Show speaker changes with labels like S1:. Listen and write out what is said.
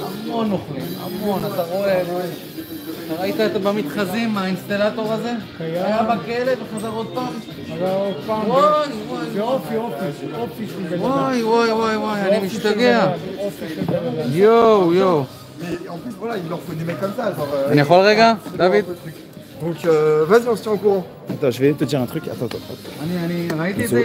S1: המון אוכלים, המון, אתה רואה, אתה ראית את במתחזים, האינסטלטור הזה?
S2: קיים.
S1: היה בכלא וחזר עוד פעם?
S2: אבל עוד פעם,
S1: וואי, וואי,
S2: זה אופי, אופי, אופי של בן אדם.
S1: וואי, וואי, וואי, וואי,
S2: זה
S1: אני
S2: אופי של
S1: משתגע.
S2: בן אדם, אופי של בן אדם.
S1: יואו, יואו.
S3: Mais en plus, voilà, il leur faut des mecs comme ça. Genre, euh,
S1: אני יכול רגע, דוד?
S3: Donc, euh, vas-y, on se tient au courant.
S4: Attends, je vais te dire un truc. Attends, attends.
S1: אני, אני ראיתי את זה,